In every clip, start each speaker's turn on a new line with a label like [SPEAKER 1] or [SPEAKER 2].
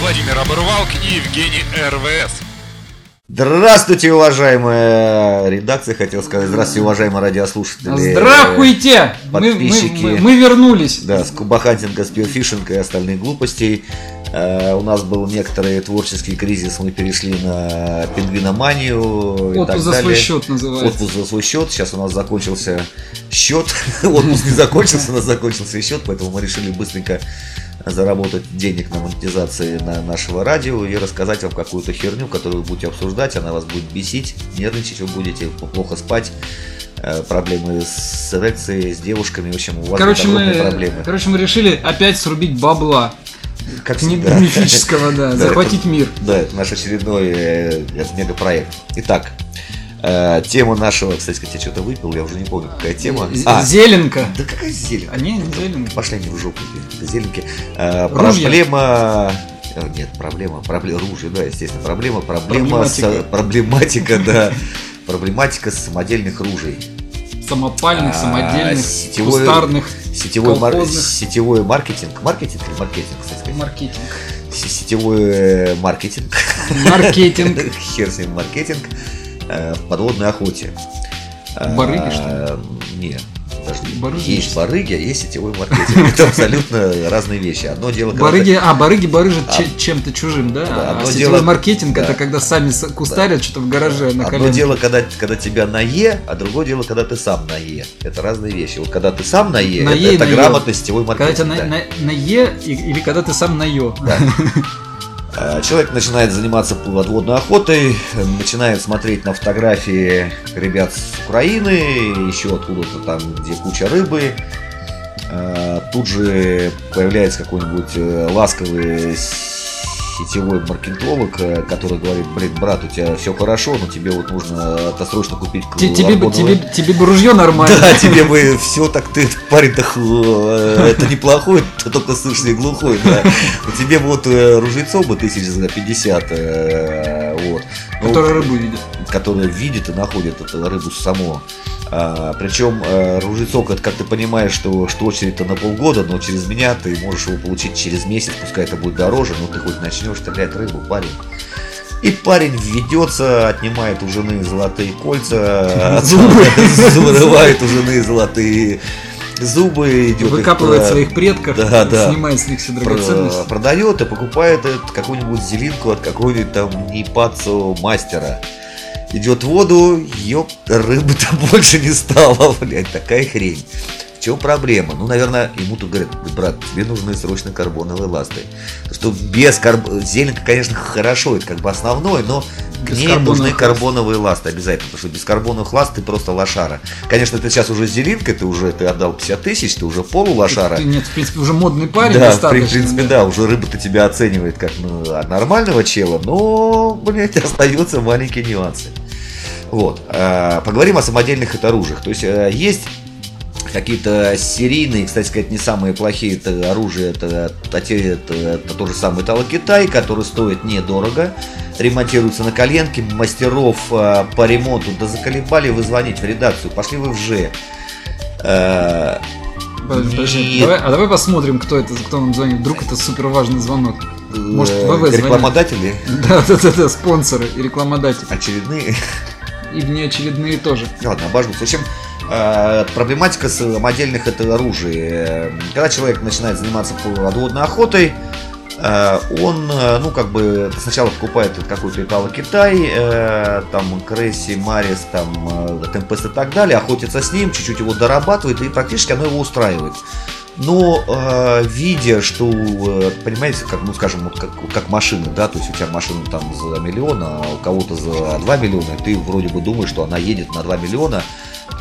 [SPEAKER 1] Владимир Оборвалк и Евгений РВС.
[SPEAKER 2] Здравствуйте, уважаемая редакция, хотел сказать. Здравствуйте, уважаемые радиослушатели.
[SPEAKER 3] Здравствуйте! Мы, мы,
[SPEAKER 2] подписчики.
[SPEAKER 3] мы, мы вернулись.
[SPEAKER 2] Да, с кубахантинга, спирфишинга и остальных глупостей. Э, У нас был некоторый творческий кризис, мы перешли на пингвиноманию Ну и так
[SPEAKER 3] Отпуск за свой
[SPEAKER 2] далее.
[SPEAKER 3] счет называется.
[SPEAKER 2] Отпуск за свой счет. Сейчас у нас закончился счет. Отпуск не закончился, у нас закончился и счет, поэтому мы решили быстренько заработать денег на монетизации на нашего радио и рассказать вам какую-то херню, которую вы будете обсуждать, она вас будет бесить, нервничать, вы будете плохо спать, э, проблемы с эрекцией, с девушками, в общем, у вас
[SPEAKER 3] Короче
[SPEAKER 2] здоровье
[SPEAKER 3] мы,
[SPEAKER 2] проблемы.
[SPEAKER 3] короче, мы решили опять срубить бабла.
[SPEAKER 2] Как
[SPEAKER 3] Не
[SPEAKER 2] всегда.
[SPEAKER 3] мифического, да.
[SPEAKER 2] Да,
[SPEAKER 3] Захватить мир.
[SPEAKER 2] Да, это наш очередной э, это мегапроект. Итак, э, тема нашего, кстати, сказать, я что-то выпил, я уже не помню, какая тема.
[SPEAKER 3] З-
[SPEAKER 2] А,
[SPEAKER 3] Зеленка.
[SPEAKER 2] Да какая зелень?
[SPEAKER 3] А не, не зеленка.
[SPEAKER 2] Пошли они в жопу, эти зеленки. Э,
[SPEAKER 3] Ружья.
[SPEAKER 2] проблема... э, Нет, проблема, проблема, ружье, да, естественно, проблема, проблема, с-
[SPEAKER 3] Проблематика.
[SPEAKER 2] проблематика, да, проблематика самодельных ружей.
[SPEAKER 3] Самопальных,
[SPEAKER 2] А,
[SPEAKER 3] самодельных,
[SPEAKER 2] сетевой-
[SPEAKER 3] кустарных.
[SPEAKER 2] Сетевой, мар-
[SPEAKER 3] Колхозных.
[SPEAKER 2] сетевой маркетинг, маркетинг или маркетинг, кстати сказать?
[SPEAKER 3] Маркетинг.
[SPEAKER 2] С- Сетевой э, маркетинг,
[SPEAKER 3] Маркетинг.
[SPEAKER 2] хер с ним, маркетинг э, в подводной охоте. А,
[SPEAKER 3] Барыги, что
[SPEAKER 2] Не, подожди.
[SPEAKER 3] Барыги
[SPEAKER 2] Есть
[SPEAKER 3] есть.
[SPEAKER 2] барыги, а есть сетевой маркетинг. Это абсолютно разные вещи. Одно дело, когда ты-
[SPEAKER 3] Барыги, а барыги барыжат
[SPEAKER 2] А-
[SPEAKER 3] че- чем-то чужим, да?
[SPEAKER 2] Да,
[SPEAKER 3] а
[SPEAKER 2] одно
[SPEAKER 3] сетевой
[SPEAKER 2] дело-
[SPEAKER 3] маркетинг
[SPEAKER 2] да.
[SPEAKER 3] это когда сами с- кустарят что-то в гараже на
[SPEAKER 2] Одно
[SPEAKER 3] коленке.
[SPEAKER 2] дело, когда, когда тебя на Е, а другое дело, когда ты сам на Е. Это разные вещи. Вот когда ты сам на Е,
[SPEAKER 3] На
[SPEAKER 2] это,
[SPEAKER 3] «е» и
[SPEAKER 2] это
[SPEAKER 3] на «ё».
[SPEAKER 2] грамотный сетевой
[SPEAKER 3] Когда тебя
[SPEAKER 2] маркетинг.
[SPEAKER 3] на,
[SPEAKER 2] да.
[SPEAKER 3] на- на Е и- или когда ты сам на Ё.
[SPEAKER 2] А, Человек начинает заниматься подводной охотой, начинает смотреть на фотографии ребят с Украины, еще откуда-то там, где куча рыбы. А, Тут же появляется какой-нибудь э, ласковый сетевой маркетолог, э, который говорит, блин, брат, у тебя все хорошо, но тебе вот нужно э, досрочно купить
[SPEAKER 3] Те- Тебе, бы-
[SPEAKER 2] карбоновые
[SPEAKER 3] тебе, тебе бы ружье нормально.
[SPEAKER 2] Да, тебе бы все так ты, парень, да, ху- э, это неплохой, ты только слышный глухой, да. Но Тебе бы вот э, ружьецо бы тысяч за 50, э, вот. Ну,
[SPEAKER 3] Который рыбу видит.
[SPEAKER 2] которое видит и находит эту рыбу саму. А, причем э, ружецок, это как ты понимаешь, что, что очередь-то на полгода, но через меня ты можешь его получить через месяц, пускай это будет дороже, но ты хоть начнешь стрелять рыбу, парень. И парень ведется, отнимает у жены золотые кольца,
[SPEAKER 3] Зубы.
[SPEAKER 2] вырывает у жены золотые зубы, идет их
[SPEAKER 3] Выкапывает
[SPEAKER 2] про-
[SPEAKER 3] своих предков,
[SPEAKER 2] Да, да.
[SPEAKER 3] снимает с них все
[SPEAKER 2] про-
[SPEAKER 3] драгоценности.
[SPEAKER 2] продает и покупает этот какую-нибудь зеленку от какого-нибудь там непацу мастера. Идет в воду, ёп, рыбы там больше не стало, блядь, такая хрень. В чем проблема? Ну, наверное, ему тут говорят, брат, тебе нужны срочно карбоновые ласты. Потому что без карб... зеленка, конечно, хорошо, это как бы основное, но к
[SPEAKER 3] Без
[SPEAKER 2] ней нужны
[SPEAKER 3] карбоновых
[SPEAKER 2] карбоновые ласты обязательно, потому что без карбоновых ласт ты просто лошара. Конечно, ты сейчас уже с зеленкой, ты уже ты отдал 50 тысяч, ты уже полулошара.
[SPEAKER 3] Ты- Нет, в принципе, уже модный парень
[SPEAKER 2] Да, в
[SPEAKER 3] достаточно.
[SPEAKER 2] принципе, да, уже рыба-то тебя оценивает как ну, нормального чела, но, блядь, остаются маленькие нюансы. Вот. а, Поговорим о самодельных это оружиях. То есть э, есть какие-то серийные, кстати сказать, не самые плохие это оружия, это, это те- это- это тот же самый Талакитай, который стоит недорого, ремонтируется на коленке, мастеров э, по ремонту, да заколебали вы звонить в редакцию, пошли вы в Ж. Э,
[SPEAKER 3] Подожди, подожди.
[SPEAKER 2] Нет.
[SPEAKER 3] Давай- а давай посмотрим, кто это, кто нам звонит. Вдруг это супер важный звонок. Может,
[SPEAKER 2] э,
[SPEAKER 3] ВВ звонит?
[SPEAKER 2] рекламодатели
[SPEAKER 3] Да, да, да, да, спонсоры и рекламодатели.
[SPEAKER 2] очередные.
[SPEAKER 3] И внеочередные тоже.
[SPEAKER 2] Ну Ладно, обожгутся. В общем, э, проблематика самодельных это оружий. Э, Когда человек начинает заниматься подводной охотой, э, он, э, ну, как бы, сначала покупает какой-то Итало Китай, э, там, Крейси, Марис, там, э, Темпест и так далее, охотится с ним, чуть-чуть его дорабатывает, и практически оно его устраивает. Но э, видя, что, э, понимаете, как, ну, скажем, вот как, как машина, да, то есть у тебя машина там за миллион, а у кого-то за 2 миллиона, и ты вроде бы думаешь, что она едет на 2 миллиона,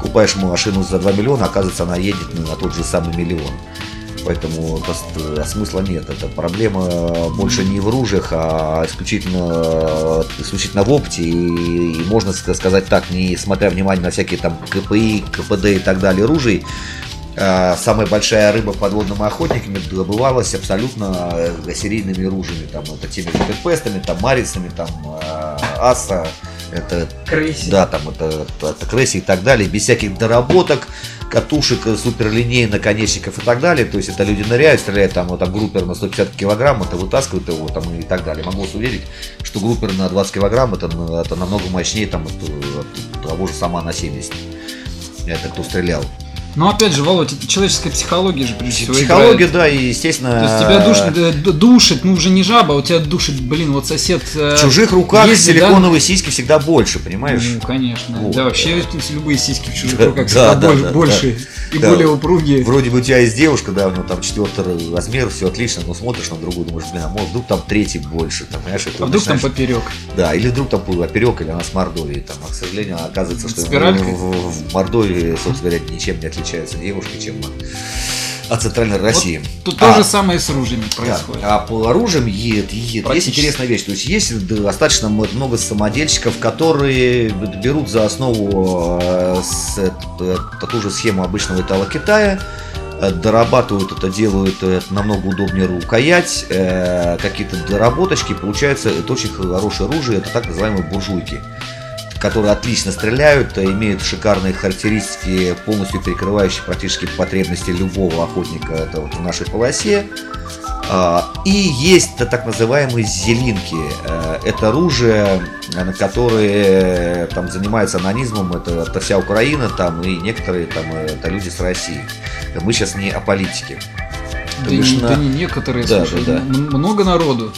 [SPEAKER 2] купаешь машину за 2 миллиона, оказывается, она едет на тот же самый миллион. Поэтому просто смысла нет. Это проблема больше не в ружьях, а исключительно, э, исключительно в опте. И, и можно ска- сказать так, не смотря внимание на всякие там КПИ, КПД и так далее ружей, а, самая большая рыба подводными охотниками добывалась абсолютно э, серийными ружьями. Там, это теми же Темпестами, там, Марисами, там, э, Аса, это
[SPEAKER 4] Крейси.
[SPEAKER 2] да, там это, это крейси и так далее, без всяких доработок, катушек, э, суперлиней, наконечников и так далее. То есть это люди ныряют, стреляют там, вот, там группер на 150 килограмм, это вытаскивают его там и так далее. Могу вас уверить, что группер на 20 килограмм это, на- это намного мощнее там, от, э, от того же сама на 70. Это кто стрелял.
[SPEAKER 3] Но Ну, опять же, Володь, это человеческая психология же прежде всего.
[SPEAKER 2] Психология,
[SPEAKER 3] играет.
[SPEAKER 2] да, и естественно.
[SPEAKER 3] То есть тебя душит, э, ду- душит, ну уже не жаба, у тебя душит, блин, вот сосед. э,
[SPEAKER 2] В чужих руках
[SPEAKER 3] Есть, да?
[SPEAKER 2] силиконовые сиськи всегда больше, понимаешь?
[SPEAKER 3] Ну, конечно.
[SPEAKER 2] Вот,
[SPEAKER 3] да,
[SPEAKER 2] да.
[SPEAKER 3] вообще любые сиськи в чужих
[SPEAKER 2] Да,
[SPEAKER 3] руках
[SPEAKER 2] да,
[SPEAKER 3] всегда
[SPEAKER 2] да,
[SPEAKER 3] больше,
[SPEAKER 2] да,
[SPEAKER 3] больше и
[SPEAKER 2] Да.
[SPEAKER 3] более упругие.
[SPEAKER 2] Вроде бы у тебя есть девушка, да, ну там четвертый размер, все отлично, но смотришь на другую, думаешь, блин, а может вдруг там третий больше, там, понимаешь, и ты
[SPEAKER 3] А вдруг там
[SPEAKER 2] начинаешь-
[SPEAKER 3] поперек?
[SPEAKER 2] Да, или вдруг там поперек, или она с Мордовией, там, а, к сожалению, оказывается, что
[SPEAKER 3] Спиралька?
[SPEAKER 2] в, в Мордовии, собственно говоря, ничем не отличаются девушки, чем от центральной России.
[SPEAKER 3] Тут
[SPEAKER 2] А.
[SPEAKER 3] то же самое и с ружьями происходит.
[SPEAKER 2] Да, А по оружиям ед, ед. Есть
[SPEAKER 3] Практически.
[SPEAKER 2] интересная вещь. То есть есть достаточно много самодельщиков, которые берут за основу э, с- э, ту же схему обычного этого Китая, э, дорабатывают это, делают э, намного удобнее рукоять, э, какие-то доработочки. Получается, это очень хорошее оружие, это так называемые буржуйки которые отлично стреляют, э, имеют шикарные характеристики, полностью перекрывающие практически потребности любого охотника это вот в нашей полосе. А, И есть та- так называемые зелинки. Э, Это оружие, э, на которые э, там занимается анонизмом, это, это вся Украина там и некоторые там э, это люди с России. Мы сейчас не о политике.
[SPEAKER 3] Да, и
[SPEAKER 2] бишь
[SPEAKER 3] не-
[SPEAKER 2] на-
[SPEAKER 3] да не некоторые,
[SPEAKER 2] Да,
[SPEAKER 3] слушай,
[SPEAKER 2] да, да.
[SPEAKER 3] м- много народу.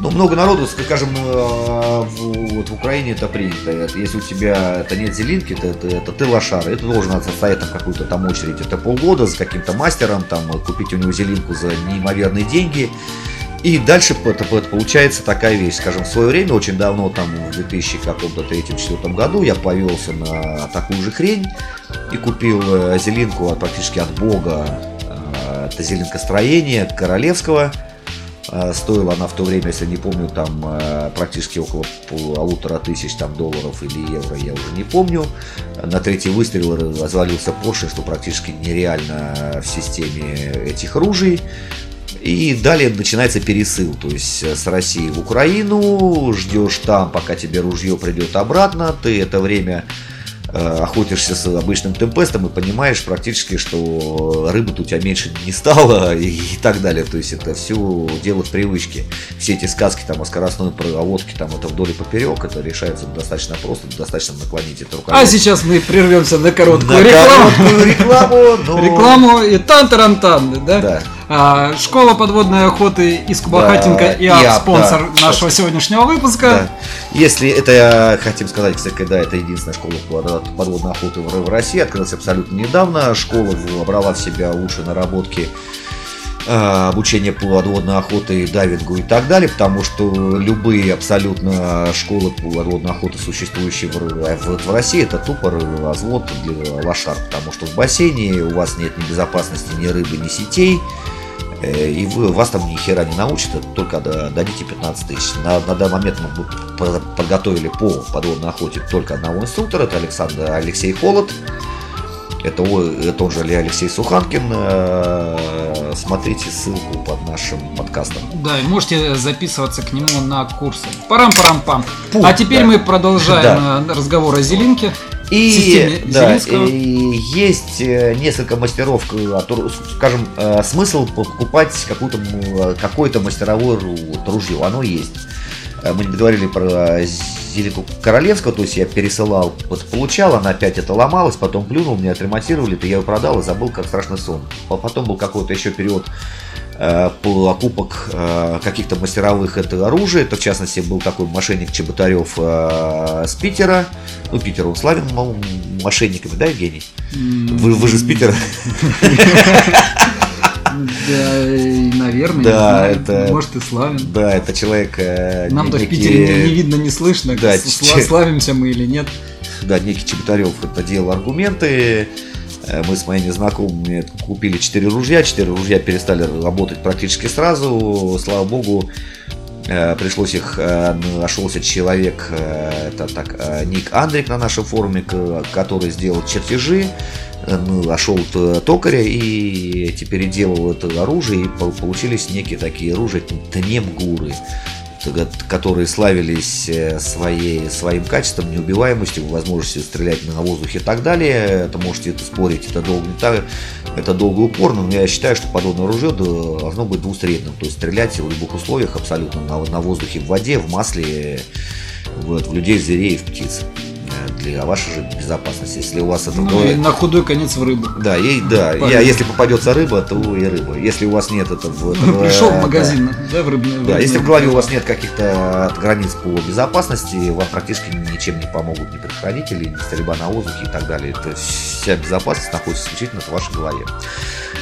[SPEAKER 2] Ну, много народу, скажем, э, в, вот в Украине это принято. Это если у тебя это нет зелинки, то это, это ты лошара. И ты должен отстоять там какую-то там очередь. Это полгода с каким-то мастером, там э, купить у него зелинку за неимоверные деньги. И дальше по- это по- получается такая вещь. Скажем, в свое время, очень давно, там в 2003-2004 году, я повелся на такую же хрень и купил э, зелинку от, практически от бога. э, Это зелинкостроение королевского. Э, Стоила она в то время, если не помню, там э, практически около полутора тысяч там, долларов или евро, я уже не помню. На третий выстрел развалился Порше, что практически нереально в системе этих ружей. И далее начинается пересыл, то есть э, с России в Украину, ждешь там, пока тебе ружье придет обратно, ты это время э, охотишься с обычным темпестом и понимаешь практически, что рыбы у тебя меньше не стало и, и так далее. То есть это все дело в привычке. Все эти сказки там о скоростной проводке, там это вдоль и поперек, это решается достаточно просто, достаточно наклонить это руками.
[SPEAKER 3] А сейчас мы прервемся на короткую
[SPEAKER 2] На
[SPEAKER 3] рекламу.
[SPEAKER 2] короткую рекламу, но-
[SPEAKER 3] Рекламу и тан-тарантан, да?
[SPEAKER 2] Да.
[SPEAKER 3] А, Школа подводной охоты из Кубахатинка
[SPEAKER 2] Да,
[SPEAKER 3] и
[SPEAKER 2] и
[SPEAKER 3] АП,
[SPEAKER 2] АП,
[SPEAKER 3] спонсор
[SPEAKER 2] да.
[SPEAKER 3] нашего сегодняшнего выпуска.
[SPEAKER 2] Да. Если это, э, хотим сказать, кстати, да, это единственная школа по подводной охоты в в России, открылась абсолютно недавно. Школа в- брала в себя лучшие наработки э, обучения по подводной охоте, дайвингу и так далее, потому что любые абсолютно школы по подводной охоте, существующие в, Р- в- в России, это тупо развод для лошар, потому что в бассейне у вас нет ни безопасности, ни рыбы, ни сетей, Э, и вы, вас там ни хера не научат, это только да- дадите 15 тысяч. На, на данный момент мы по- подготовили по подводной охоте только одного инструктора, это Александр, Алексей Холод, это, о- это он же Ли- Алексей Суханкин. Э, Смотрите ссылку под нашим подкастом.
[SPEAKER 3] Да, и можете записываться к нему на курсы. Парам-парам-пам.
[SPEAKER 2] Пу,
[SPEAKER 3] а теперь
[SPEAKER 2] да.
[SPEAKER 3] мы продолжаем э, разговор о Зелинке.
[SPEAKER 2] И,
[SPEAKER 3] системе
[SPEAKER 2] да,
[SPEAKER 3] Зелинского.
[SPEAKER 2] и есть э, несколько мастеров, к- от- скажем, э, смысл покупать какую-то, м, какое-то мастеровое ру- ружье, оно есть. Э, Мы не говорили про Зелику Королевского, то есть я пересылал, вот получал, она опять это ломалась, потом плюнул, мне отремонтировали, то я ее продал и забыл, как страшный сон. По- Потом был какой-то еще период э, покупок э, каких-то мастеровых это оружия. Это, в частности, был такой мошенник Чеботарев э, с Питера. Ну, Питер, он славен м, мошенниками, да, Евгений? Вы, вы же с Питера.
[SPEAKER 3] Да, и,
[SPEAKER 2] Да,
[SPEAKER 3] наверное. не знаю,
[SPEAKER 2] это-
[SPEAKER 3] Может и славен.
[SPEAKER 2] Да, это человек... э,
[SPEAKER 3] Нам-то в
[SPEAKER 2] некий-
[SPEAKER 3] Питере не, не видно, не слышно,
[SPEAKER 2] Да,
[SPEAKER 3] с- сла-
[SPEAKER 2] че-
[SPEAKER 3] славимся мы или нет.
[SPEAKER 2] Да, некий Чеботарев это делал аргументы. Э, Мы с моими знакомыми купили 4 ружья. 4 ружья перестали работать практически сразу. Слава богу, э, пришлось их... э, Нашелся человек, э, это так, э, Ник Андрик на нашем форуме, к- который сделал чертежи. Э, ну, нашел т- токаря и теперь делал это оружие, и пол- получились некие такие оружия, т- тнемгуры. Т- г- которые славились э, своей, своим качеством, неубиваемостью, возможностью стрелять на воздухе и так далее. Это можете это спорить, это долго не так, это долго и упорно, но я считаю, что подобное ружье до- должно быть двусредным, то есть стрелять в любых условиях абсолютно, на, на воздухе, в воде, в масле, вот, в людей, зверей и в птиц э, для вашей же безопасности. Если у вас это
[SPEAKER 3] Ну
[SPEAKER 2] бывает-
[SPEAKER 3] и на худой конец в рыбу.
[SPEAKER 2] да, ей, да.
[SPEAKER 3] Понятно.
[SPEAKER 2] Я, если попадется рыба, то и рыба. Если у вас нет это в
[SPEAKER 3] Ну,
[SPEAKER 2] в-
[SPEAKER 3] Пришел в
[SPEAKER 2] да.
[SPEAKER 3] магазин, да, в рыбный.
[SPEAKER 2] Да, если в голове у вас нет каких-то а, границ по безопасности, вам практически ничем не помогут ни предохранители, ни стрельба на воздухе и так далее. То есть вся безопасность находится исключительно в вашей голове.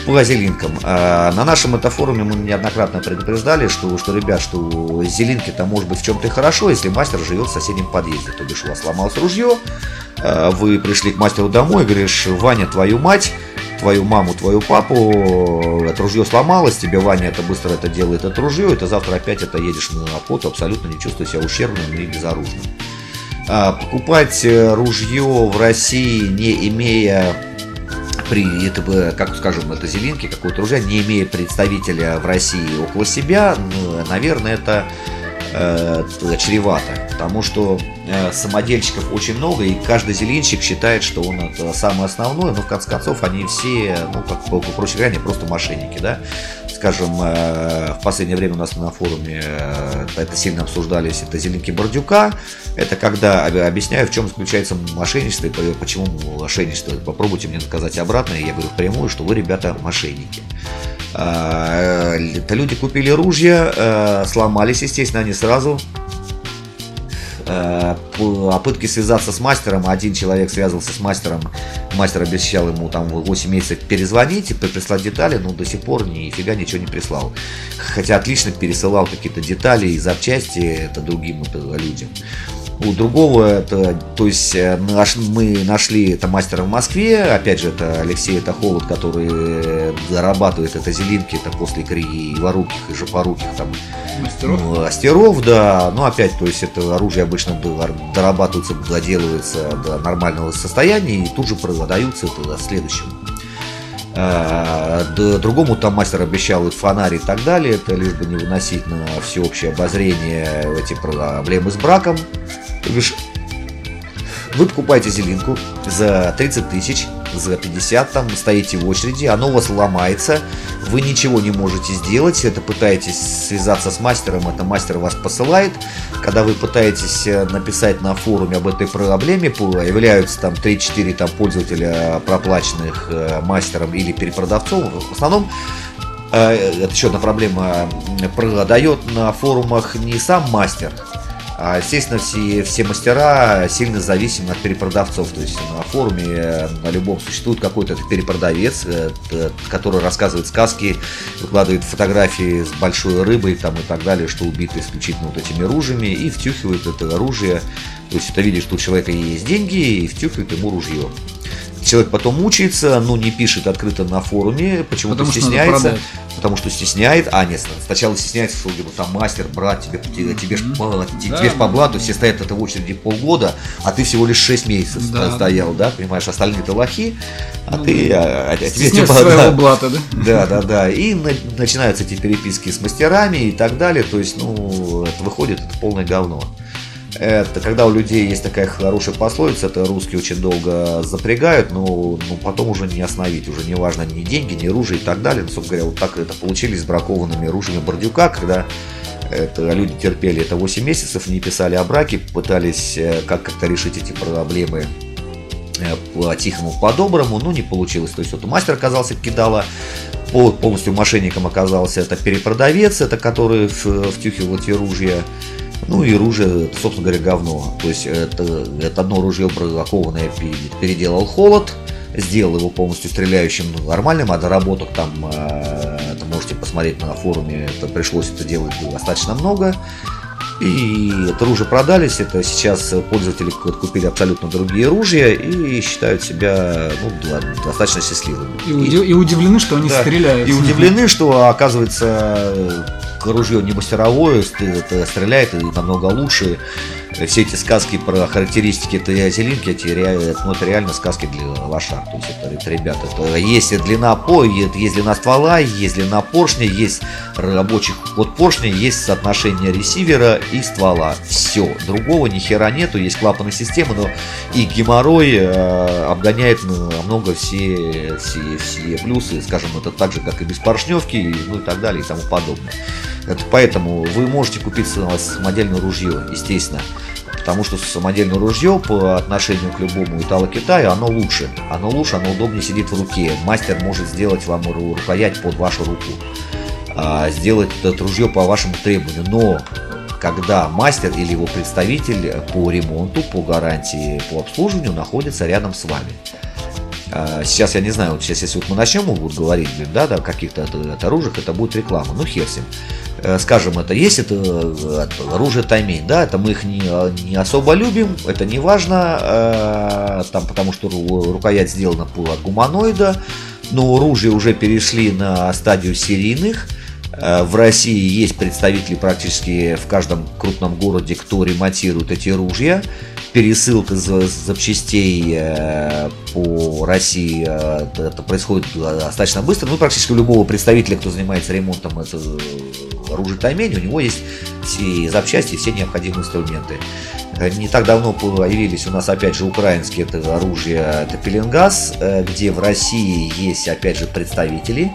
[SPEAKER 2] По зелинкам. А, На нашем это форуме мы неоднократно предупреждали, что, что ребят, что зелинки-то может быть в чем-то и хорошо, если мастер живет в соседнем подъезде. То бишь у вас сломалось ружье, а, вы пришли к мастеру домой, говоришь, Ваня, твою мать, твою маму, твою папу, это ружье сломалось, тебе Ваня это быстро это делает, это ружье, и ты завтра опять это едешь на охоту, абсолютно не чувствуя себя ущербным и безоружным. А, покупать э, ружье в России, не имея при это бы, как скажем, это Зелинки, какое-то ружье, не имея представителя в России около себя, ну, наверное, это э, т- чревато, потому что э, самодельщиков очень много, и каждый зеленщик считает, что он это самое основное, но в конце концов они все, ну, как по- по- проще говоря, они просто мошенники, да. Скажем, э, в последнее время у нас на форуме э, это сильно обсуждались, это зеленки Бордюка, это когда об- объясняю, в чем заключается мошенничество и по- почему мошенничество. Попробуйте мне доказать обратное, я говорю впрямую, что вы, ребята, мошенники. А, э, Это люди купили ружья, э, сломались, естественно, они сразу. Э, п- Попытки связаться с мастером, один человек связывался с мастером, мастер обещал ему там 8 месяцев перезвонить, и при- прислать детали, но до сих пор нифига ничего не прислал. Хотя отлично пересылал какие-то детали и запчасти это другим это людям. У другого, это, то есть э, наш- мы нашли это мастера в Москве, опять же, это Алексей это Холод, который э, зарабатывает это зелинки, это после Криги и Воруких, и Жопоруких, там,
[SPEAKER 3] мастеров.
[SPEAKER 2] ну, Астеров, да. Ну, опять, то есть, это оружие обычно дор- дорабатывается, доделывается до нормального состояния и тут же продаются это следующему. А, д- Другому там мастер обещал и фонарь и так далее, это лишь бы не выносить на всеобщее обозрение эти проблемы с браком. То бишь, вы покупаете зелинку за 30 тысяч, за 50, там стоите в очереди, оно у вас ломается, вы ничего не можете сделать, это пытаетесь связаться с мастером, это мастер вас посылает, когда вы пытаетесь э, написать на форуме об этой проблеме, появляются там 3-4 там, пользователя, проплаченных э, мастером или перепродавцом, в основном э, это еще одна проблема, м, продает на форумах не сам мастер, а, Естественно, все, все мастера сильно зависимы от перепродавцов. То есть на форуме э, на любом существует какой-то перепродавец, э, т- который рассказывает сказки, выкладывает фотографии с большой рыбой там, и так далее, что убиты исключительно вот этими ружьями, и втюхивает это оружие. То есть ты видишь, что у человека есть деньги, и втюхивает ему ружье. Человек потом мучается, но не пишет открыто на форуме, почему-то
[SPEAKER 3] Потому что надо
[SPEAKER 2] стесняется
[SPEAKER 3] продать.
[SPEAKER 2] потому что стесняет, а нет, сначала стесняется, что типа, там мастер, брат, тебе, тебе, тебе ж
[SPEAKER 3] Мгм.
[SPEAKER 2] по, те-
[SPEAKER 3] Да.
[SPEAKER 2] тебе ж по блату все стоят это в очереди полгода, а ты всего лишь 6 месяцев ст-
[SPEAKER 3] Да.
[SPEAKER 2] стоял, да, понимаешь, остальные-то лохи, а
[SPEAKER 3] Ну,
[SPEAKER 2] ты, а, а- а тебе,
[SPEAKER 3] Стесняешься
[SPEAKER 2] типа,
[SPEAKER 3] своего
[SPEAKER 2] да.
[SPEAKER 3] блата, да?
[SPEAKER 2] Да, да, да. И на- начинаются эти переписки с мастерами и так далее. То есть, ну, это выходит это полное говно. Это когда у людей есть такая хорошая пословица, это русские очень долго запрягают, но ну, потом уже не остановить, уже не важно ни деньги, ни ружье и так далее. Ну, собственно говоря, вот так это получились бракованными ружьями Бордюка, когда это люди терпели это 8 месяцев, не писали о браке, пытались э, как- как-то решить эти проблемы э, по-тихому, по-доброму, но не получилось. То есть вот мастер оказался кидала, пол- полностью мошенником оказался это перепродавец, это который в- втюхивал эти ружья. Ну и ружье, собственно говоря, говно. То есть это, это одно ружье бракованное пе- переделал холод, сделал его полностью стреляющим ну, нормальным, а доработок там, э, это можете посмотреть на форуме, это пришлось это делать достаточно много. И это ружья продались, это сейчас пользователи к- купили абсолютно другие ружья и считают себя ну, да, достаточно счастливыми.
[SPEAKER 3] И, уди- и удивлены, что они
[SPEAKER 2] Да.
[SPEAKER 3] стреляют.
[SPEAKER 2] И удивлены, что оказывается э, к- ружье не мастеровое, ст- это стреляет и намного лучше. Э, Все эти сказки про характеристики этой озелинки, эти ре- ну, это реально сказки для лошар. То есть это, это, ребята, это есть и длина по, е- есть длина ствола, есть длина поршня, есть рабочих ход поршня, есть соотношение ресивера и ствола. Все. Другого ни хера нету, есть клапаны системы, но и геморрой э, обгоняет ну, намного все, все, все плюсы, скажем, это так же, как и без поршневки, и, ну и так далее, и тому подобное. Это поэтому вы можете купить само- самодельное ружье, естественно, потому что самодельное ружье по отношению к любому Итало-Китаю, оно лучше, оно лучше, оно удобнее сидит в руке, мастер может сделать вам ру- рукоять под вашу руку, а, сделать это ружье по вашему требованию, но когда мастер или его представитель по ремонту, по гарантии, по обслуживанию находится рядом с вами. А, Сейчас я не знаю, вот сейчас если вот мы начнем вот говорить, блин, да, да, о каких-то от, от оружиях, это будет реклама, ну хер с ним. Э, Скажем, это есть это э, от- оружие Таймень, да, это мы их не, а, не особо любим, это не важно, э, там, потому что ру- рукоять сделана по- от гуманоида, но оружие уже перешли на стадию серийных, Э, В России есть представители практически в каждом крупном городе, кто ремонтирует эти ружья. Пересылка за- запчастей э, по России э, это происходит э, достаточно быстро. Ну, практически у любого представителя, кто занимается ремонтом это э, оружия Таймень, у него есть все запчасти, все необходимые инструменты. Э, Не так давно появились у нас опять же украинские это оружие, это пеленгаз, э, где в России есть опять же представители,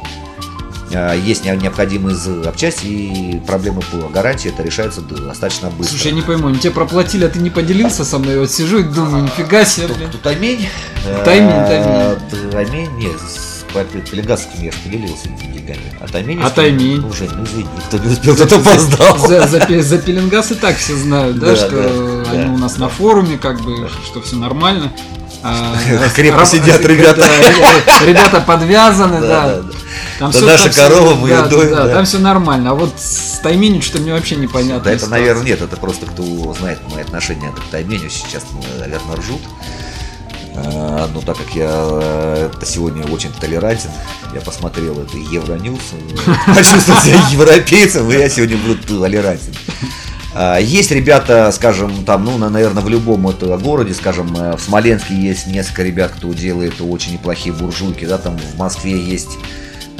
[SPEAKER 2] Э, есть не- необходимые запчасти и проблемы по гарантии, это решается д- достаточно быстро.
[SPEAKER 3] Слушай, я не пойму, они тебе проплатили, а ты не поделился со мной? Я Вот сижу и думаю, нифига себе,
[SPEAKER 2] Тут-
[SPEAKER 3] блин.
[SPEAKER 2] тут Таймень. э,
[SPEAKER 3] Таймень, Таймень.
[SPEAKER 2] Таймень, нет, с Папе Пеленгазским я же поделился этими деньгами. А Таймень...
[SPEAKER 3] А Таймень?
[SPEAKER 2] Ну, Жень, ну извини, кто не успел, тот опоздал.
[SPEAKER 3] За, за, пе- за пеленгаз и так все знают, да,
[SPEAKER 2] Да,
[SPEAKER 3] что
[SPEAKER 2] да,
[SPEAKER 3] они
[SPEAKER 2] да.
[SPEAKER 3] у нас на форуме, как бы, что все нормально. А,
[SPEAKER 2] Крепко сидят ребята.
[SPEAKER 3] да, Ребята подвязаны,
[SPEAKER 2] Да,
[SPEAKER 3] да.
[SPEAKER 2] да, да.
[SPEAKER 3] Там
[SPEAKER 2] Да
[SPEAKER 3] всё-
[SPEAKER 2] наша
[SPEAKER 3] там всё-
[SPEAKER 2] корова, мы её
[SPEAKER 3] да, да,
[SPEAKER 2] доим,
[SPEAKER 3] да,
[SPEAKER 2] да.
[SPEAKER 3] Там все нормально. А вот с тайминем что-то мне вообще непонятно.
[SPEAKER 2] Да это,
[SPEAKER 3] ситуация.
[SPEAKER 2] наверное, нет, это просто кто знает мои отношения к Тайменю, сейчас, наверное, ржут. А, Ну, так как я э, сегодня очень толерантен, я посмотрел это Евроньюз, э, почувствовал себя европейцем, и я сегодня буду толерантен. А, Есть ребята, скажем, там, ну, наверное, в любом это городе, скажем, э, в Смоленске есть несколько ребят, кто делает очень неплохие буржуйки, да, там в Москве есть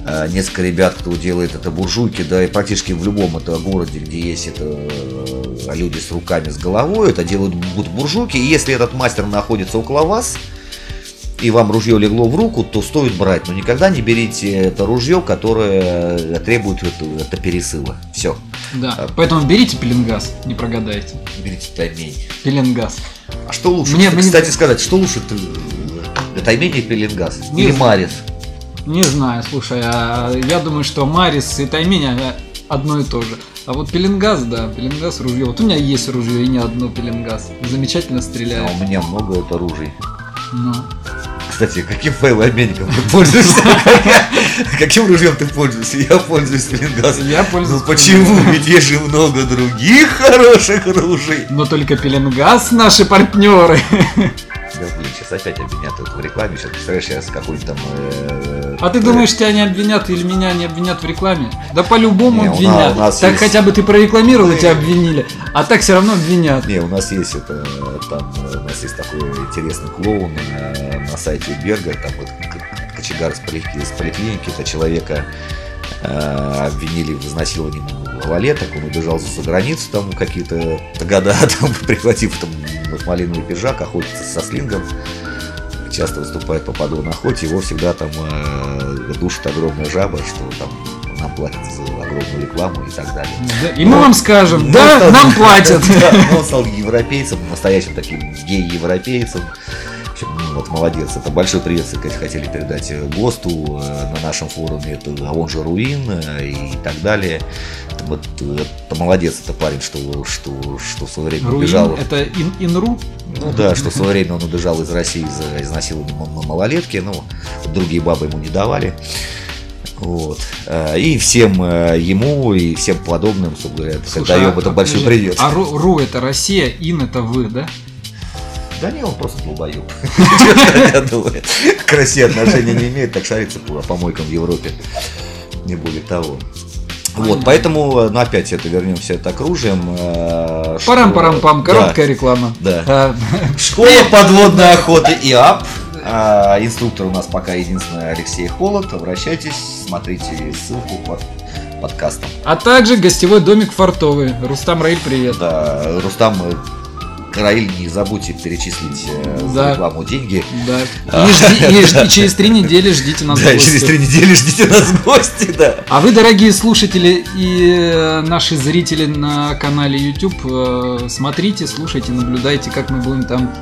[SPEAKER 2] э, несколько ребят, кто делает это буржуйки, да, и практически в любом это городе, где есть это э, люди с руками, с головой, это делают будут буржуйки, и если этот мастер находится около вас, и вам ружье легло в руку, то стоит брать, но никогда не берите это ружье, которое э, требует это, это пересыла. Все, а
[SPEAKER 3] Да. Поэтому берите пеленгаз, не прогадайте.
[SPEAKER 2] берите таймень.
[SPEAKER 3] Пеленгаз.
[SPEAKER 2] А что лучше?
[SPEAKER 3] Мне-
[SPEAKER 2] Кстати,
[SPEAKER 3] мне-
[SPEAKER 2] кстати сказать, что лучше? ты- Это имение пеленгаз?
[SPEAKER 3] Не
[SPEAKER 2] Или
[SPEAKER 3] знаю.
[SPEAKER 2] Марис?
[SPEAKER 3] Не знаю, слушай, а я думаю, что Марис и Таймень они одно и то же. А вот пеленгаз, да, пеленгаз ружье. Вот у меня есть ружье и не одно пеленгаз. Замечательно
[SPEAKER 2] А
[SPEAKER 3] стреляет.
[SPEAKER 2] у меня много это оружий.
[SPEAKER 3] Ну,
[SPEAKER 2] Кстати, каким файлообменником ты пользуешься? Каким ружьем ты пользуешься? Я пользуюсь пеленгазом.
[SPEAKER 3] я пользуюсь.
[SPEAKER 2] Ну почему?
[SPEAKER 3] пеленгазом.
[SPEAKER 2] Ведь есть же много других хороших ружей.
[SPEAKER 3] Но только пеленгаз наши партнеры.
[SPEAKER 2] Да блин, сейчас опять обвинят это в рекламе. Сейчас представляешь, я с какой-нибудь там... э,
[SPEAKER 3] А ты
[SPEAKER 2] э,
[SPEAKER 3] думаешь, тебя не обвинят или меня не обвинят в рекламе? Да по-любому
[SPEAKER 2] Не, у
[SPEAKER 3] обвинят.
[SPEAKER 2] нас- у нас
[SPEAKER 3] так
[SPEAKER 2] есть-
[SPEAKER 3] хотя бы ты прорекламировал, и тебя обвинили. А так все равно обвинят.
[SPEAKER 2] Не, у нас есть это, э, там, э, у нас есть такой интересный клоун э, на сайте Берга, там вот к- кочегар из, поли- из поликлиники, это человека э, обвинили в изнасиловании малолеток, он убежал за границу, там какие-то года, там, прихватив там вот малиновый пиджак, охотится со слингом, часто выступает по подобной охоте, его всегда там э, душит огромная жаба, что там нам платят за огромную рекламу и так далее.
[SPEAKER 3] Да, И мы
[SPEAKER 2] Ну,
[SPEAKER 3] вам скажем,
[SPEAKER 2] Ну,
[SPEAKER 3] да,
[SPEAKER 2] там-
[SPEAKER 3] нам платят.
[SPEAKER 2] Да, Он стал европейцем, настоящим таким гей-европейцем. В общем, ну, вот молодец. Это большой привет, кстати, хотели передать э, ГОСТу э, на нашем форуме. Это а он же Руин э, и так далее. Это, вот, э, это молодец, это парень, что, что, что в свое время убежал.
[SPEAKER 3] Руин, это ин- инру?
[SPEAKER 2] Ну да, что в свое время он убежал из России из-за изнасилования м- малолетки, ну, другие бабы ему не давали. Вот. А, И всем э, ему, и всем подобным, собственно говоря,
[SPEAKER 3] Слушай,
[SPEAKER 2] создаем это
[SPEAKER 3] а,
[SPEAKER 2] большой
[SPEAKER 3] подожди,
[SPEAKER 2] привет.
[SPEAKER 3] А ру, Ру это Россия, ин это вы, да?
[SPEAKER 2] Да не, он просто долбоеб. Честно, я думаю. К России отношения не имеет, так шарится по помойкам в Европе. Не более того. Вот, поэтому, ну опять это вернемся это к оружиям. э, что-
[SPEAKER 3] Парам-парам-пам,
[SPEAKER 2] Да,
[SPEAKER 3] короткая реклама.
[SPEAKER 2] Да.
[SPEAKER 3] А,
[SPEAKER 2] Школа подводной охоты и ап. А, инструктор у нас пока единственный Алексей Холод. Обращайтесь, смотрите ссылку под подкастом.
[SPEAKER 3] А также гостевой домик фартовый. Рустам Раиль, привет.
[SPEAKER 2] Да, Рустам э, Караиль, не забудьте перечислить э, за
[SPEAKER 3] Да.
[SPEAKER 2] рекламу деньги.
[SPEAKER 3] Да.
[SPEAKER 2] А.
[SPEAKER 3] И, жди- и жди- через три недели ждите нас. в
[SPEAKER 2] Да,
[SPEAKER 3] гости.
[SPEAKER 2] через три недели ждите нас в гости, да.
[SPEAKER 3] А вы, дорогие слушатели и э, наши зрители на канале YouTube, э, смотрите, слушайте, наблюдайте, как мы будем там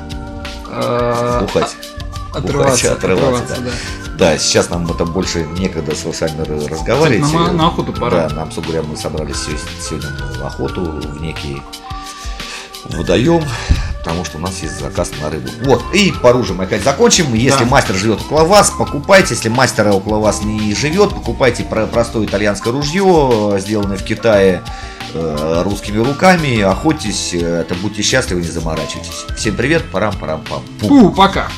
[SPEAKER 3] э,
[SPEAKER 2] Бухать.
[SPEAKER 3] о- отрываться.
[SPEAKER 2] Бухать, отрываться,
[SPEAKER 3] отрываться, да.
[SPEAKER 2] Да, сейчас нам это больше некогда с вами р-
[SPEAKER 3] Кстати,
[SPEAKER 2] разговаривать.
[SPEAKER 3] нам, а, на охоту пора.
[SPEAKER 2] Да, нам, собственно говоря, мы собрались сё- сегодня на охоту в некий водоем, потому что у нас есть заказ на рыбу. Вот, и по оружию мы опять закончим. Если
[SPEAKER 3] Да.
[SPEAKER 2] мастер живет около вас, покупайте. Если мастера около вас не живет, покупайте про- простое итальянское ружье, э, сделанное в Китае э, русскими руками. Охотитесь, э, это будьте счастливы, не заморачивайтесь. Всем привет, парам-парам-пам. Пу.
[SPEAKER 3] Пу, пока.